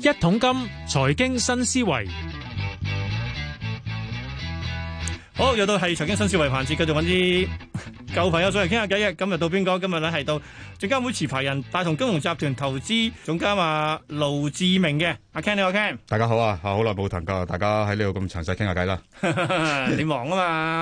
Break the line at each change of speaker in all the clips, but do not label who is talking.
一桶金財經新思維，
好，又到係財經新思維環節，繼續揾啲 舊朋友上嚟傾下偈嘅。今日到邊個？今日咧係到證監會持牌人大同金融集團投資總監啊盧志明嘅。阿 Ken 你好，Ken，
大家好啊！啊好耐冇談夠，大家喺呢度咁詳細傾下偈啦。
你忙啊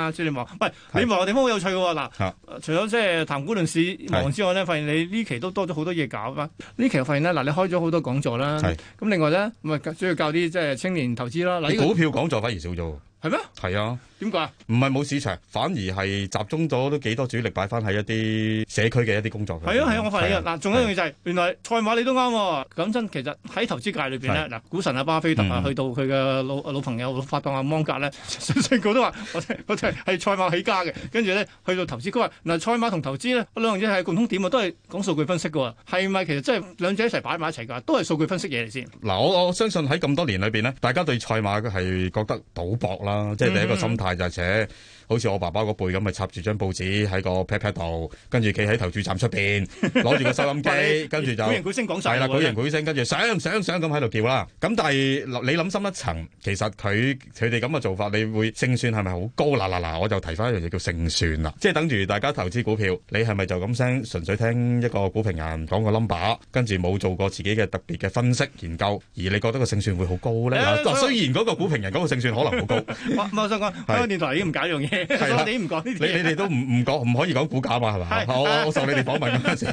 嘛，知你忙。喂，你忙嘅地方好有趣嘅喎。嗱
啊，
除咗即係談股論市忙之外咧，發現你呢期都多咗好多嘢搞啊。呢期我發現咧，嗱，你開咗好多講座啦。
係
咁另外咧，咁啊，主要教啲即係青年投資啦。嗱，呢
股票講座反而少咗，
個係咩？
係啊，
點解啊？
唔係冇市場，反而係集中咗都幾多主力擺翻喺一啲社區嘅一啲工作。
係啊係啊，我發現啊，嗱，仲有一樣嘢就係原來賽馬你都啱喎。講真，其實喺投資界裏邊咧，嗱，股神啊巴菲特啊，
嗯
去到佢嘅老老朋友老拍檔阿芒格 咧，上世個都話 我哋我哋係賽馬起家嘅，跟住咧去到投資，佢話嗱賽馬同投資咧兩樣嘢係共通點啊，都係講數據分析嘅喎，係咪其實真係兩者一齊擺埋一齊㗎？都係數據分析嘢嚟先。
嗱，我我相信喺咁多年裏邊咧，大家對賽馬係覺得賭博啦，即係第一個心態就係
嗯
且好似我爸爸嗰輩咁，咪插住張報紙喺個 pat pat 度，跟住企喺投注站出 邊，攞住個收音機，跟住就
股形股升講晒
係
喎
啦，舉形舉聲，跟住想想想咁喺度叫啦。咁但係你諗深一層，其實佢佢哋咁嘅做法，你會勝算係咪好高？嗱嗱嗱，我就提翻一樣嘢叫勝算啦，即係等住大家投資股票，你係咪就咁聲純粹聽一個股評人講個 number，跟住冇做過自己嘅特別嘅分析研究，而你覺得個勝算會好高咧？
誒
嗱嗱，
所以
雖然嗰個股評人嗰個勝算可能好高，
我我想講香港電台已經唔搞呢樣嘢，
係
所以
啦
我哋已經唔講呢啲
你
嘢。
你哋都唔唔講唔可以講股價嘛係嘛
係？
我我我受你哋訪問嗰陣 時，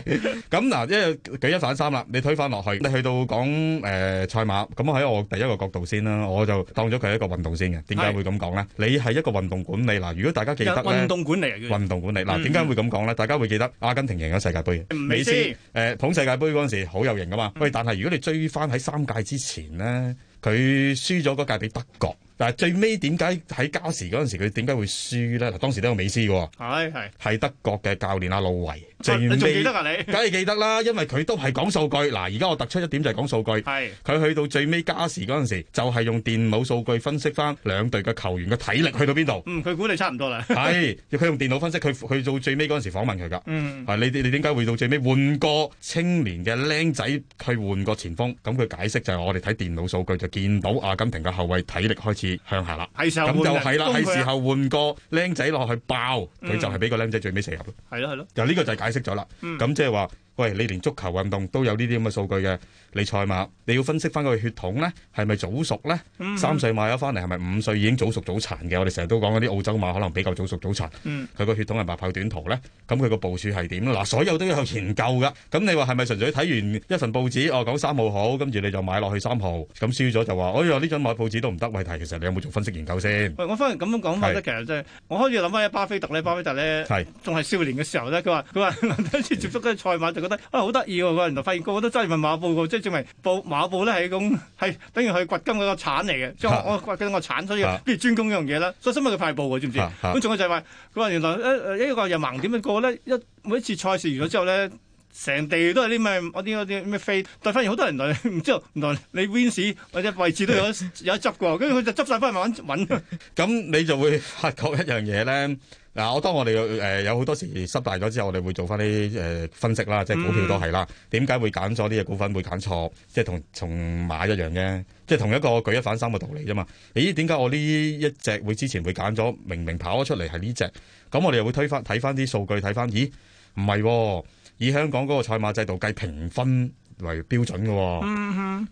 咁嗱，因為舉一反三啦，你推翻落去，你去到講誒、呃、賽馬，咁喺我第一個角度先啦，我就當咗佢係一個運動先嘅。點解
係
會咁講咧？你係一個運動管理嗱，如果大家記
其實
得咧
運。動管理嚟嘅，
運動管理
嗯
嗱，點解會咁講咧？大家會記得阿根廷贏咗世界盃，
美斯
誒、捧世界盃嗰陣時好有型噶嘛。喂，但係如果你追翻喺三屆之前咧，佢輸咗嗰屆俾德國，但係最尾點解喺加時嗰陣時佢點解會輸咧？嗱，當時都有美斯嘅喎。
係係。
係德國嘅教練阿路維，最
啊你仲記
尾
得
梗
啊你？
係記得啦，因為佢都係講數據。嗱，而家我突出一點就係講數據。
係。。
佢去到最尾加時嗰陣時，就係、用電腦數據分析翻兩隊嘅球員嘅體力去到邊度
嗯，佢估你差唔多啦。
係，佢用電腦分析，佢佢到最尾嗰陣時訪問佢㗎。
嗯，
啊！你你你點解會到最尾換個青年嘅僆仔去換個前鋒？咁佢解釋就係我哋睇電腦數據就見到阿根廷嘅後衞體力開始向下啦。
係時候
咁就係啦，
換人啊
係時候換個僆仔落去爆，佢、就係俾個僆仔最尾射入咯。
係咯係咯，
就呢個就係解釋咗啦。
嗯
咁即係話，喂，你連足球運動都有呢啲咁嘅數據嘅，你賽馬你要分析翻佢血統咧，係咪早熟咧？
嗯
三歲買咗翻嚟係咪五歲已經早熟早殘嘅？我哋成日都講嗰啲澳洲馬可能比較早熟早殘，
嗯
佢個血統係白豹短途咧，咁佢個部署係點咧？嗱，所有都有研究噶。咁你話係咪純粹睇完一份報紙，哦講三號好，跟住你就買落去三號，咁輸咗就話，哎呀呢張買報紙都唔得，喂，但係其實你有冇做分析研究先？
喂，我翻嚟咁樣講法咧，
係
其實真係我開始諗翻起巴菲特咧，巴菲特咧
係
仲係少年嘅時候咧，佢話佢 話第一次接觸嗰啲賽馬就覺得啊好得意喎，佢話原來發現個個都真係問馬報喎，即係證明報馬報咧係一種係等於佢掘金嗰個產嚟嘅，即係我我掘金個產，所以
啊
不如專攻呢樣嘢啦，所以新聞佢派報嘅，知唔知？
啊啊
咁仲有就係話佢話原來誒誒一個又盲點，個咧一每一次賽事完咗之後咧。成地都係啲咩嗰啲嗰啲咩飛，但係發現好多人原來唔知道，原來你 wins 或者位置都有 得有得執嘅喎，跟住佢就執晒翻去慢慢揾。
咁你就會發覺一樣嘢咧。嗱，我當我哋誒、呃有好多時失敗咗之後，我哋會做翻啲誒分析啦，即係股票都係啦。點解、會揀咗呢只股份會揀錯？即係同同馬一樣嘅，即係同一個舉一反三嘅道理啫嘛。咦？點解我呢一隻會之前會揀咗，明明跑咗出嚟係呢只？咁我哋又會推翻睇翻啲數據，睇翻咦唔係喎，以香港嗰個賽馬制度計評分為標準嘅喎、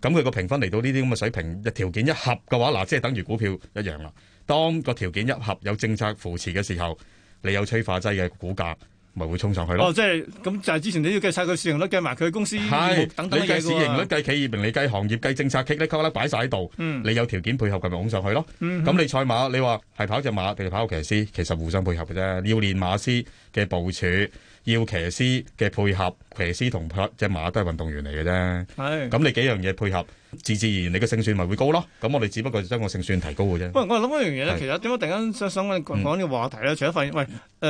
咁佢個評分嚟到呢啲咁嘅水平，條件一合嘅話，嗱，即係等於股票一樣啦。當個條件一合，有政策扶持嘅時候，你有催化劑嘅股價，咪會衝上去咯
哦，。即係咁就係之前你要計晒佢市盈率，計埋佢公司業
係
務等等
你
嘅嘢
計市
㗎
盈率、
喎。
計企業盈利、計行業、計政策，棘咧溝咧擺晒喺度，
嗯
你有條件配合，佢咪拱上去咯。咁你賽馬，你話係跑只馬定係跑個騎師，其實互相配合嘅啫。要練馬師嘅部署，要騎師嘅配合，騎師同只馬都係運動員嚟嘅啫。
係
咁你幾樣嘢配合，自自然然你嘅勝算咪會高咯。咁我哋只不過就將個勝算提高嘅啫。
喂，我諗一樣嘢咧，
係
其實點解突然間想想講
嗯
講呢個話題咧？除咗發現，喂，誒、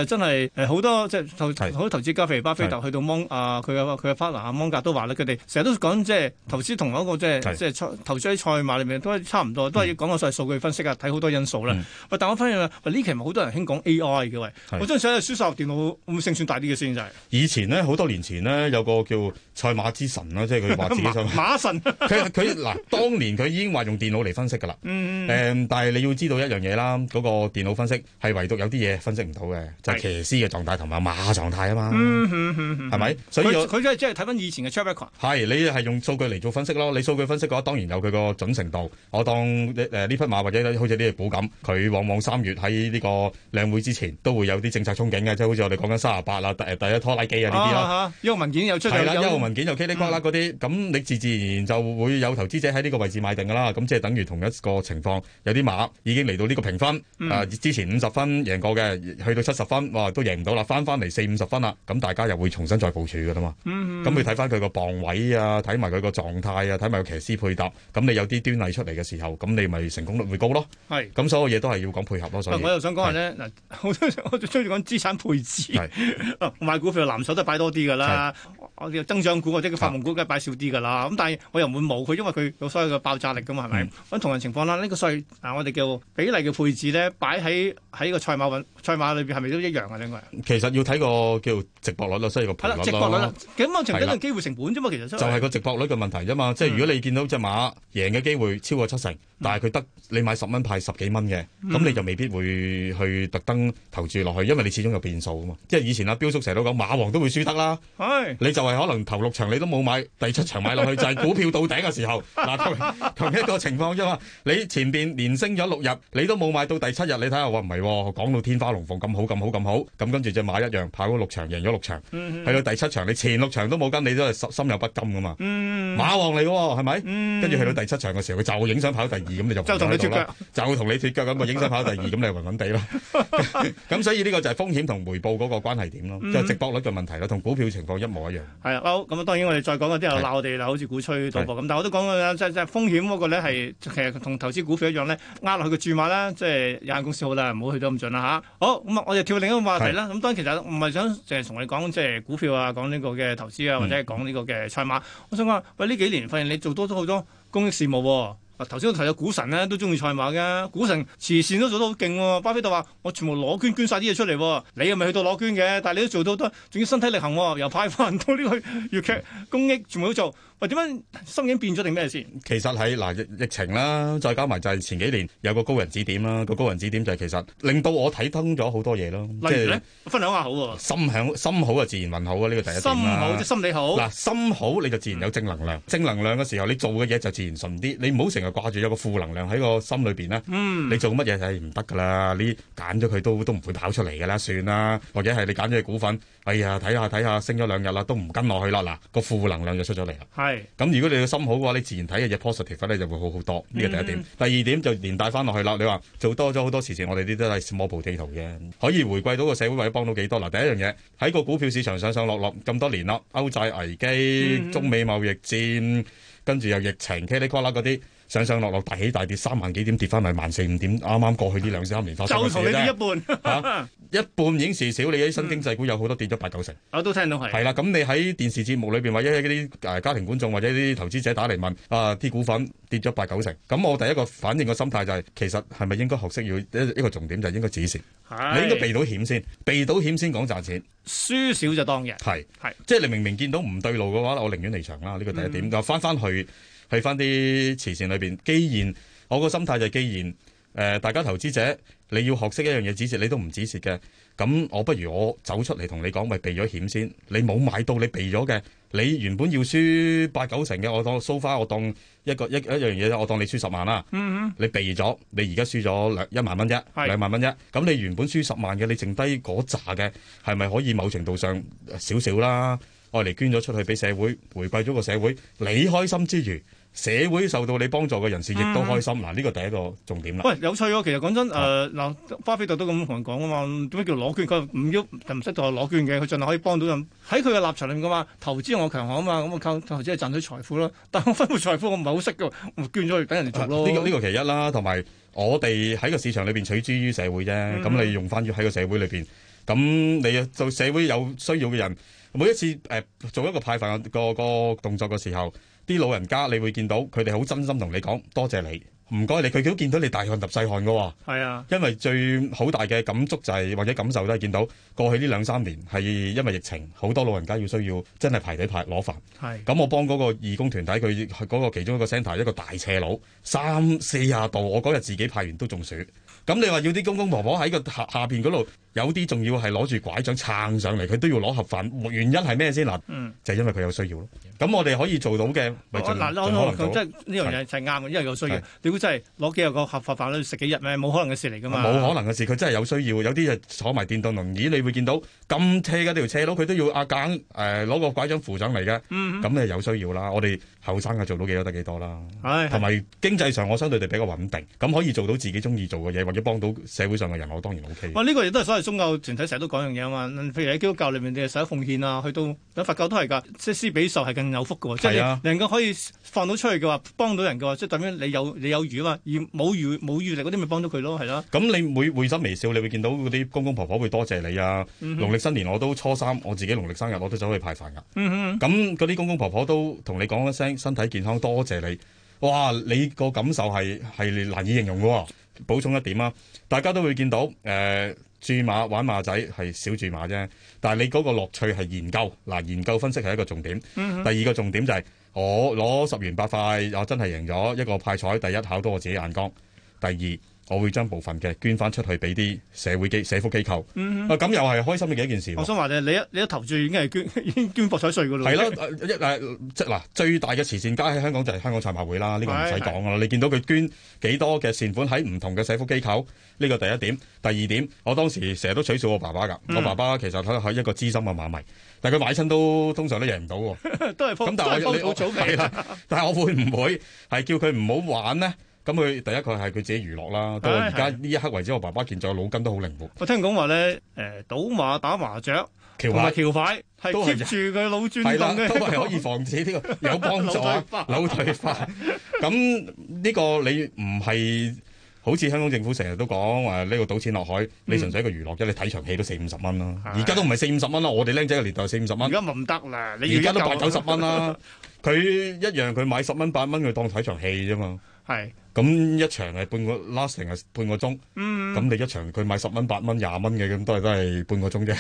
真係誒好多即係投
係
好多投資家，譬如巴菲特去到芒啊，佢嘅佢嘅 partner 啊芒格都話咧，佢哋成日都講即係投資同嗰個即係
係嗯
即係賽投資喺賽馬裏面都係差唔多，都係要講個所謂數據分析啊，睇好多因素啦。喂、但我發現啦，喂呢期咪好多人興講 AI 嘅喂，
係
我真係想係輸入電腦會唔會勝算大啲嘅先就係
以前咧好多年前咧有個叫賽馬之神啦，即係佢話自己賽
馬
馬。
馬神，
佢佢嗱，當年佢已經話用電腦嚟分析㗎啦。
嗯，
誒、但係你要知道一樣嘢啦，嗰、個電腦分析係唯獨有啲嘢分析唔到嘅，就係、騎師嘅狀態同埋馬狀態啊嘛，
嗯嗯嗯嗯
係咪、所
佢
以我
佢真係真係睇翻以前嘅 track record，
係你係用數據嚟做分析咯。你數據分析嘅話，當然有佢個準程度。我當誒呢、匹馬或者好似呢只股咁，佢往往三月喺呢個兩會之前都會有啲政策憧憬嘅，即係好似我哋講緊三十八啦，第第一拖拉機啊呢啲啦。
啊，因為文件有出
係啦，
有嗯
一號文件又噼里呱啦嗰啲，咁你自自然然就會有投資者喺呢個位置買定㗎啦。咁即係等於同一個情況，有啲馬已經嚟到呢個評分，
嗯
啊之前五十分贏過嘅，去到七十分，哇都贏唔到啦，翻翻嚟四五十分啦，咁大家又會重新再部署㗎啦嘛。
嗯，
咁你睇翻佢個磅位啊，睇埋佢個狀態啊，睇埋個騎師配搭，咁你有啲端倪出嚟嘅時候，咁你咪成功率會高咯。
係。
咁所有嘢都係要講配合咯，所
喂
以
我又想講下咧，嗱，好多 我最中意講資產配置。 啊買股票藍籌都係擺多啲㗎啦，我哋增長股或者叫發夢股梗係擺少啲㗎啦。咁但係我又唔會冇佢，因為佢有所謂嘅爆炸力㗎嘛，係
嗯
咪？咁、同樣情況啦，呢、個所謂啊，我哋叫比例嘅配置咧，擺喺喺個賽馬運賽馬裏邊係咪都一樣啊？應該係
其實要睇個叫直播率咯，所以個
係
賠
啦，直
率
播率
咯
啦。，咁啊某程度
係啦
上機會成本啫嘛，其實就
就係個直播率嘅問題啫嘛，即係如果你見到只馬贏嘅機會超過七成，但係佢得你買十蚊派十幾蚊嘅，咁你就未必會去特登投注落去，因為你始終有變數啊嘛。即係以前阿彪叔成日都講馬王都會輸得啦，
係
你就係可能頭六場你都冇買，第七場買落去就係股票到頂嘅 時候，嗱同同一個情況啫嘛。你前邊連升咗六日，你都冇買到第七日，你睇下話唔係喎，講到天花龍鳳咁好咁好咁好，咁跟住只馬一樣跑咗六場贏咗六場，
嗯
去到第七場你前六場都冇跟，你都係心心有不甘噶嘛。
嗯
馬王嚟嘅喎，係咪？
嗯
跟住去到第七場嘅時候，佢就影相跑第二，咁你就
就同你
暈咗喺度啦，就同你脱腳咁，我影相跑第二，咁你就暈暈地啦。咁所以呢個就係風險同回報嗰個關係點咯，
嗯
就係直播率嘅問題啦，同股票情況一模一樣。
係啊，好咁啊，當然我哋再講嗰啲又
係
鬧我哋啦，好似鼓吹賭博咁，但我都講過啦，即係即係風險嗰個咧係其實同投資股票一樣咧，壓落去個注碼啦，即係有限公司好啦，唔好去到咁盡啦吓，好咁啊，我哋跳另一個話題啦。咁當然其實唔係想淨係同你講即係股票啊，講呢個嘅投資啊，或者係講呢個嘅賽馬。我想講，喂呢幾年發現你做多咗好多公益事務喎。啊頭先我提到股神咧，都中意賽馬嘅，股神慈善都做得好勁喎。巴菲特話：我全部攞捐捐晒啲嘢出嚟喎，你又咪去到攞捐嘅，但係你都做到好多，仲要身體力行喎，由派飯到呢個粵劇公益，全部都做。喂，點樣心境變咗定咩先？
其實喺嗱疫疫情啦，再加埋就係前幾年有個高人指點啦，個高人指點就係其實令到我睇通咗好多嘢咯，即
例如
係
咧，分享下好喎，
心響心好啊，自然運好啊，呢個第一點啦。
心好即係嗯心理好。
嗱，心好你就自然有正能量，正能量嘅時候你做嘅嘢就自然順啲，你唔好成日掛住有個負能量喺個心裏邊啦。
嗯，
你做乜嘢就哎係唔得噶啦，你揀咗佢都都唔會跑出嚟㗎啦，算啦。或者係你揀咗隻股份，哎呀睇下睇下升咗兩日啦，都唔跟落去啦，嗱個負能量就出咗嚟啦。
係
咁如果你個心好嘅話，你自然睇嘅嘢 positive 咧就會好好多，呢個第一點。
嗯
第二點就連帶翻落去啦。你話做多咗好多事情，我哋呢啲都係 small potato 嘅，可以回饋到個社會或者幫到幾多嗱。第一樣嘢喺個股票市場上上落落咁多年啦，歐債危機、
嗯
中美貿易戰，跟住又疫情、k 哩呱啦嗰啲上上落落大起大跌，三萬幾點跌翻嚟萬四五點，啱啱過去呢兩三年發生
就
嘅事
同你哋
啫。
一嗯半，
嚇一半已經事少，你啲新經濟股有好多跌咗八九成。
我都聽到係。
係啦，咁你喺電視節目裏邊或者嗰啲誒家庭觀眾或者啲投資者打嚟問啊啲股份跌咗八九成，咁我第一個反應個心態就係、其實係咪應該學識要一一個重點就係應該止蝕，
係
你應該避到險先，避到險先講賺錢，
輸少就當贏。
係
係
即係你明明見到唔對路嘅話，我寧願離場啦，呢個第一點。就翻翻去去翻啲慈善裏邊，既然我個心態就係既然誒、呃大家投資者你要學識一樣嘢止蝕，你都唔止蝕嘅。咁我不如我走出嚟同你講，咪避咗險先。你冇買到，你避咗嘅，你原本要輸八九成嘅，我當 so far 我當一個一一樣嘢，我當你輸十萬啦。你避咗，你而家輸咗兩一萬蚊啫，
係
兩萬蚊啫。咁你原本輸十萬嘅，你剩低嗰扎嘅，係咪可以某程度上呃少少啦？愛嚟捐咗出去俾社會，回饋咗個社會，你開心之餘，社會受到你幫助嘅人士亦都開心。嗱、呢個啊第一個重點啦。
喂，有趣喎！其實講真，誒、呃嗱，巴菲特都咁同人講啊嘛，點解叫攞捐？佢話唔要就唔識同我攞捐嘅，佢盡量可以幫到人。喺佢嘅立場裏面嘅話，投資我強項啊嘛，咁我靠投資係賺取財富咯。 但我分配財富我唔係好識嘅，我咪捐咗去等人哋做
呢、
咯。
啊個呢、個其一啦，同埋我哋喺個市場裏邊取之於社會啫。咁、你用翻喺個社會裏邊，咁你做社會有需要嘅人，每一次誒、呃做一個派飯個個動作嘅時候，啲老人家你會見到佢哋好真心同你講多謝你。唔該你，佢都見到你大汗揼細汗嘅喎。
係啊，
因為最好大嘅感觸就係、或者感受都係見到過去呢兩三年係因為疫情，好多老人家要需要真係排隊排攞飯。
係
咁我幫嗰個義工團體，佢嗰個其中一個 centre 一個大斜佬，三四廿度，我嗰日自己派完都中暑。咁你話要啲公公婆婆喺個下下邊嗰度，有啲仲要係攞住拐杖撐上嚟，佢都要攞盒飯。原因係咩先嗱？
嗯。
就係因為佢有需要咯。咁我哋可以做到嘅，咪盡
嗱，
盡
我
可
我
能
講
做咯。
真呢樣嘢就係啱嘅，因為有需要
係。
你估真係攞幾日個盒飯飯咧食幾日咩？冇可能嘅事嚟㗎啊嘛。
啊冇可能嘅事，佢真係有需要。有啲就坐埋電動輪椅，你會見到咁斜嘅條斜路，佢都要阿揀誒攞個拐杖扶上嚟嘅。
嗯。嗯，
咁你有需要啦。我哋後生嘅做到幾多得幾多 啦。
唉，
同
係
埋經濟上，我相對地比較穩定，咁可以做到自己中意做嘅嘢，或者幫到社會上嘅人，我當然 O K。
哇！呢個亦都係所謂宗教團體成日都講樣嘢啊嘛。譬如喺基督教裏面，你係使奉獻啊，去到有佛教都係㗎，即係施比受係更有福嘅喎。即
係啊
係你能夠可以放到出去嘅話，幫到人嘅話，即係等於你有你有餘啊嘛。而冇餘冇餘力嗰啲咪幫到佢咯，係啦。
咁你每會心微笑，你會見到嗰啲公公婆婆會多謝你啊！
嗯
農曆新年我都初三，我自己農曆生日我都走去派飯噶。
嗯
咁嗰啲公公婆婆都同你講一聲身體健康，多謝你。哇！你個感受係係難以形容嘅喎。補充一點啊，大家都會見到誒、呃注馬玩馬仔係小注馬啫，但係你嗰個樂趣係研究嗱，研究分析係一個重點。
嗯
第二個重點就係、我攞十元八塊，我真係贏咗一個派彩，第一考到我自己眼光，第二我會將部分嘅捐翻出去俾啲社會機社福機構。
嗯
啊，咁又係開心嘅一件事
我
喎。
想話你，你一你一投注已經係捐 已經捐博彩税㗎咯。
係咯，呃一誒即係嗱，最大嘅慈善家喺香港就係香港賽馬會啦，呢、個唔
係
使講噶啦。你見到佢捐幾多嘅善款喺唔同嘅社福機構，呢、個第一點。第二點，我當時成日都取笑我爸爸㗎，
嗯
我爸爸其實佢係一個資深嘅馬迷，但係佢買親都通常都贏唔到喎。
都係
咁
幫都
但係
係
我
幫
你
到早
係
期。
啦，但係我會唔會係叫佢唔好玩咧？咁佢第一個係佢自己娛樂啦。到我而家
係
呢一刻為止，我爸爸健在，腦筋都好靈活，
我聽講話咧，誒、賭馬打麻雀
橋
同埋
牌
橋牌係
都係
keep 住佢腦轉
係啦，
動嘅一個，
都係可以防止呢個有幫助啊腦退化。咁呢個你唔係好似香港政府成日都講話呢個賭錢落海，你純粹一個娛樂啫。你睇場戲都四五十蚊啦，
嗯係
而家都唔係四五十蚊啦。我哋僆仔嘅年代四五十 蚊
而。家咪唔得啦，你
而家都八
要
九
一嚿
十蚊啦，佢一樣佢買十蚊八蚊，佢當睇場戲啫嘛。
係，
咁一場係半個 lasting 係半個鐘，咁、
嗯，
你一場佢買十蚊八蚊廿蚊嘅，咁都係都係半個 鐘啫。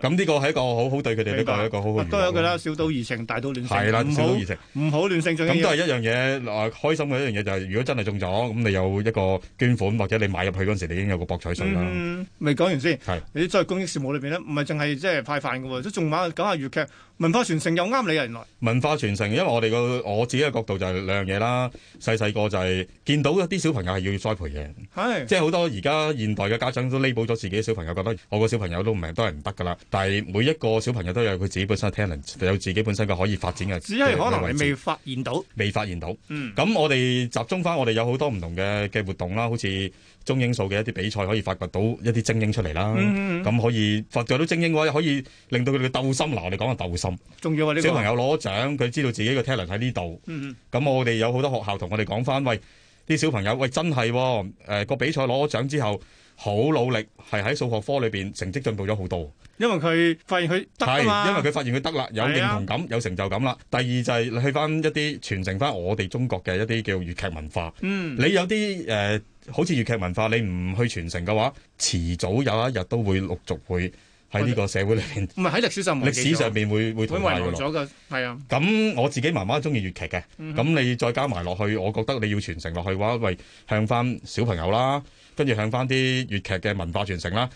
咁呢個係一個好好對佢哋呢
明
個
白
係一個好好娛樂
都有一句啦，小賭怡情，大賭亂性，
係啦，小賭怡
唔好
情。
唔好亂性最緊
咁都
要。
係一樣嘢，嗱開心嘅一樣嘢就係、如果真係中咗，咁你有一個捐款或者你買入去嗰陣時，你已經有個博彩稅啦。
嗯，未講完先
係，
你再公益事務裏邊咧，唔係淨係即係派飯嘅喎，即係仲玩講下粵劇文化傳承又啱你啊，原來
文化傳承，因為我哋個我自己嘅角度就係兩樣嘢啦。細細個就係見到一啲小朋友係要栽培嘅，
係
即係好多而家現代嘅家長都彌補咗自己嘅小朋友，覺得我個小朋友都唔係都係唔得㗎啦。但係每一個小朋友都有佢自己本身嘅 talent，有自己本身嘅可以發展嘅。
只係可能你
嘅位
未
置
發現到，
未發現到。
嗯，
咁我哋集中翻我哋有好多唔同嘅嘅活動啦，好似中英數嘅一啲比賽可以發掘到一啲精英出嚟啦。
嗯嗯嗯
咁可以發掘到精英嘅話，可以令到佢哋嘅鬥心。嗱，我哋講嘅鬥心，
重要啊呢個
小朋，友攞獎，佢知道自己嘅 talent 喺呢度。
嗯嗯
咁我哋有好多學校同我哋講翻，喂，啲小朋友，喂，真係喎誒個比賽攞咗獎之後，好努力，係喺數學科裏邊成績進步咗好多。
因為佢發現佢得啊嘛，啊
因為佢發現佢得啦，有認同感，有成就感啦。第二就係你去翻一啲傳承翻我哋中國嘅一啲叫粵劇文化。
嗯
你有啲誒、呃好似粵劇文化，你唔去傳承嘅話，遲早有一日都會陸續會喺呢個社會裏邊、
唔係喺歷史上忘
歷
記
史
咗
上面會會淘
會遺
汰
忘
㗎咯。
咗嘅，係啊。
咁我自己媽媽中意粵劇嘅，咁、
嗯
你再加埋落去，我覺得你要傳承落去嘅話，喂，向翻小朋友啦，跟住向翻啲粵劇嘅文化傳承啦，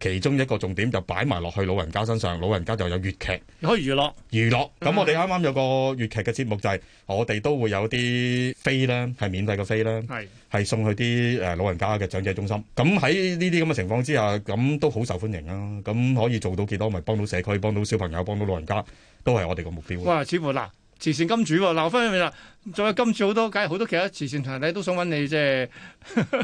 其中一個重點就擺埋落去老人家身上，老人家就有粵劇。
可以娛樂，
娛樂咁，我哋啱啱有個粵劇嘅節目就係、我哋都會有啲飛啦，係免費嘅飛啦，
係
係送去啲誒老人家嘅長者中心。咁喺呢啲咁嘅情況之下，咁都好受歡迎啦。咁可以做到幾多咪幫到社區、幫到小朋友、幫到老人家，都係我哋個目標。
哇！似乎嗱，慈善金主喎，嗱翻嚟啦，仲有金主好多，梗係好多其他慈善團體都想揾你即係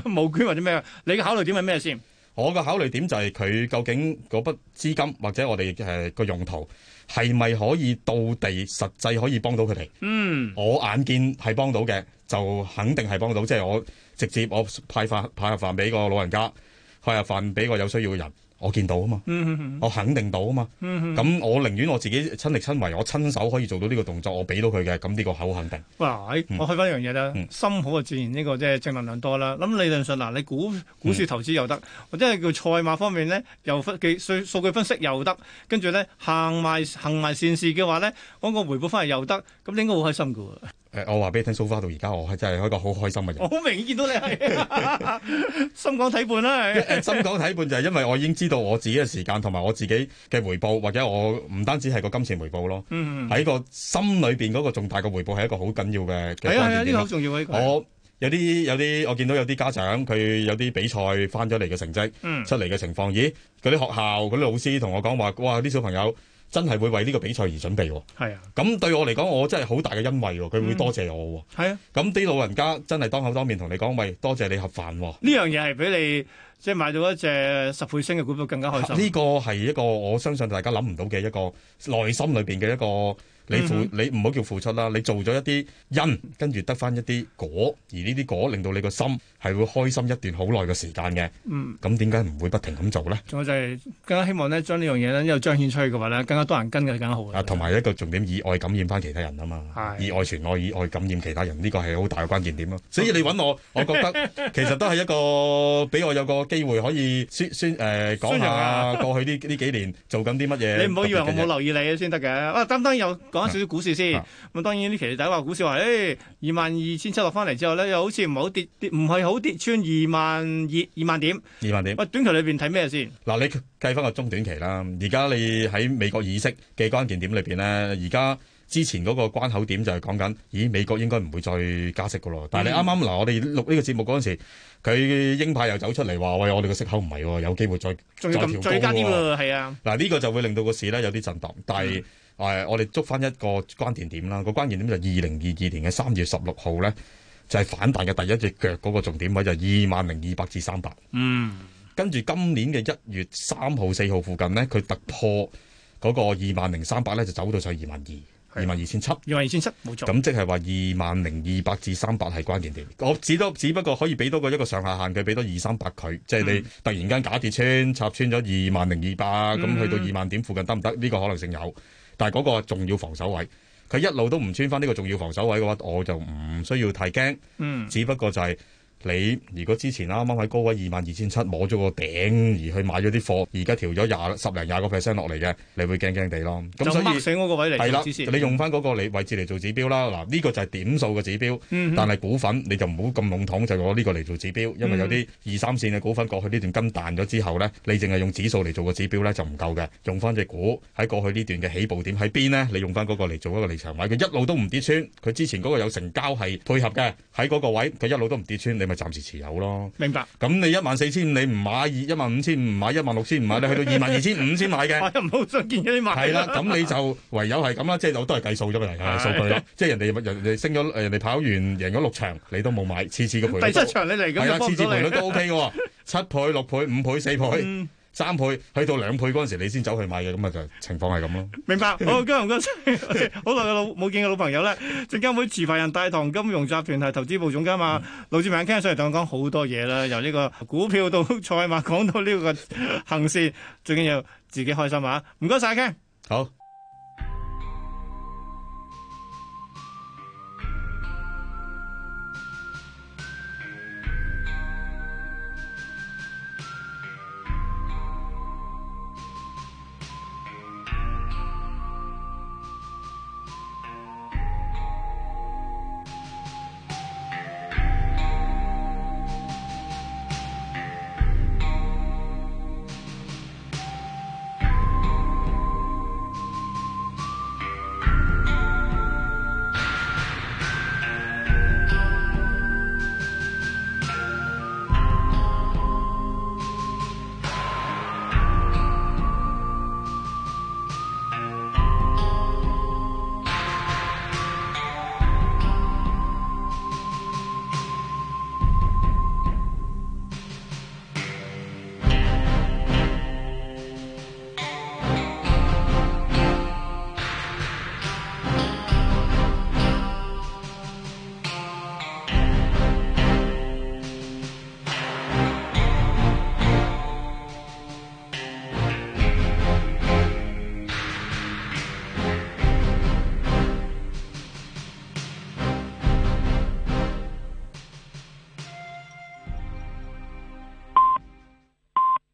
募捐或者咩，啊你嘅考慮點係咩先？
我嘅考慮點就係佢究竟嗰筆資金或者我哋誒個用途係咪可以到地實際可以幫到佢哋？
嗯，
我眼見係幫到嘅，就肯定係幫到。即係我直接我派飯派盒飯俾個老人家，派盒飯俾個有需要嘅人，我見到啊嘛，
嗯嗯
我肯定到啊嘛。
嗯嗯，
咁我寧願我自己親力親為，我親手可以做到呢個動作，我俾到佢嘅，咁呢個好肯定。
哇！哎
嗯
我開翻一樣嘢啦，
嗯
心好啊，自然呢個即係正能量多啦。咁理論上嗱，你股
嗯
股市投資又得，或者係叫賽馬方面咧，又分技數數據分析又得，跟住咧行埋行埋善事嘅話咧，揾個回報翻嚟又得，咁你應該好開心噶喎。
誒，我話俾你聽，so far 到而家，我係真係一個好開心嘅人。
我好明顯見到你係 心廣體胖啦，係
誒深港睇半就係因為我已經知道我自己嘅時間同埋我自己嘅回報，或者我唔單止係個金錢回報咯，
嗯，
喺個心裏邊嗰個重大嘅回報係一個好緊要嘅嘅
係啊係啊，
關鍵
呢個
點咯
好重要啊！呢個係
我有啲有啲，我見到有啲家長佢有啲比賽翻咗嚟嘅成績
嗯
出嚟嘅情況，咦？嗰啲學校嗰啲老師同我講話，哇！啲小朋友真係會為呢個比賽而準備喎。
係啊
咁對我嚟講，我真係好大嘅欣慰喎，
嗯
佢會多謝我喎。
係啊，
咁啲老人家真係當口當面同你講，喂，多謝你盒飯喎。
呢樣嘢係比你即係買到一隻十倍升嘅股票更加開心。
啊呢個係一個我相信大家諗唔到嘅一個內心裏邊嘅一個你付、
嗯
你唔好叫付出啦，你做咗一啲因，跟住得翻一啲果，而呢啲果令到你個心係會開心一段好耐嘅時間嘅。
嗯，
咁點解唔會不停咁做呢？
仲有就係更加希望咧，將呢樣嘢咧，又彰顯出去嘅話咧，更加多人跟嘅更加好嘅
啊，同埋一個重點，以愛感染翻其他人啊嘛，
係
以愛傳愛，以愛感染其他人，呢個係好大嘅關鍵 點咯。所以你揾我，我覺得其實都係一個俾我有個機會可以宣宣誒講
宣揚
下
啊
過去呢呢幾年做緊啲乜嘢。
你唔好以為我冇留意你先得嘅。啊，擔當又講少少股市先
啊。
咁當然呢期大家話股市話，誒二萬二千七落翻嚟之後咧，又好似唔係好跌跌，唔係好跌穿二萬二二萬點。
二萬點。
喂，短期裏邊睇咩先？
嗱，你計翻個中短期啦，而家你喺美國議息嘅關鍵點裏邊咧，而家之前嗰個關口點就係講緊，咦美國應該唔會再加息噶咯。但係你啱啱嗱，我哋錄呢個節目嗰陣時，佢鷹派又走出嚟話，喂，我哋個息口唔係喎，有機會再
仲要
再調
咁，
高
再加啲
喎
喎，係啊。
嗱，呢個就會令到個市咧有啲震盪，但係誒、呃我哋捉翻一個關鍵點啦，個關鍵點就係二零二二年嘅三月十六號咧，就係、反彈嘅第一隻腳嗰個重點位就係二萬零二百至三百。
嗯，
跟住今年嘅一月三號、四號附近咧，佢突破嗰個二萬零三百咧，就走到上二萬二、二萬二千七。
二萬二千七冇錯。
咁即係話二萬零二百至三百係關鍵點。我只多只不過可以俾多個一個上下限，佢俾多二三百佢，即係你突然間假跌穿插穿咗二萬零二百，咁
嗯
去到二萬點附近得唔得？呢、個可能性有，但係嗰個係重要防守位。佢一路都唔穿翻呢個重要防守位嘅話，我就唔需要太驚。
嗯，
只不過就係你如果之前啱啱喺高位二萬二千七摸咗個頂，而去買咗啲貨，而家調咗廿十零廿個 percent 落嚟嘅，你會驚驚地咯。咁
就
所
mark
以
死我個位嚟
係
做指示
啦，你用翻嗰個你位置嚟做指標啦。嗱，呢個就係點數嘅指標，
嗯
但係股份你就唔好咁籠統，就攞呢個嚟做指標，因為
嗯
有啲二三線嘅股份過去呢段金彈咗之後呢，你淨係用指數嚟做個指標呢，就唔夠嘅，用翻只股喺過去呢段嘅起步點喺邊呢？你用翻嗰個嚟做一個離場位，佢一路都唔跌穿，佢之前嗰個有成交係配合嘅，喺嗰個位佢一路都唔跌穿，你咪暫時持有咯。
明 白。
咁你一萬四千你唔買，二一萬五千唔買，一萬六千唔買，你去到二萬二千五先買嘅。
我又哎唔好想見咗啲買。
係啦，咁你就唯有係咁啦，即係我都係計數啫嘛，係
係
數據咯。即係人哋人哋升咗，呃人哋跑完贏咗六場，你都冇買，次次嘅賠率
第
都
七場你嚟
係
咁
啦，
就幫
次
唔
次賠
到
率
你。
都 OK 嘅喎，七倍、六倍、五倍、四倍、
嗯，
三倍，去到兩倍嗰陣時，你先走去買嘅，咁啊就情況係咁咯。
明白。好，今日唔該晒 我哋好耐嘅老冇見嘅老朋友咧，證監會持牌人大唐金融集團係投資部總監嘛，盧志明阿 Ken 上嚟同我講好多嘢啦，由呢個股票到賽馬，講到呢個行事，最緊要自己開心啊！唔該晒 Ken。
好。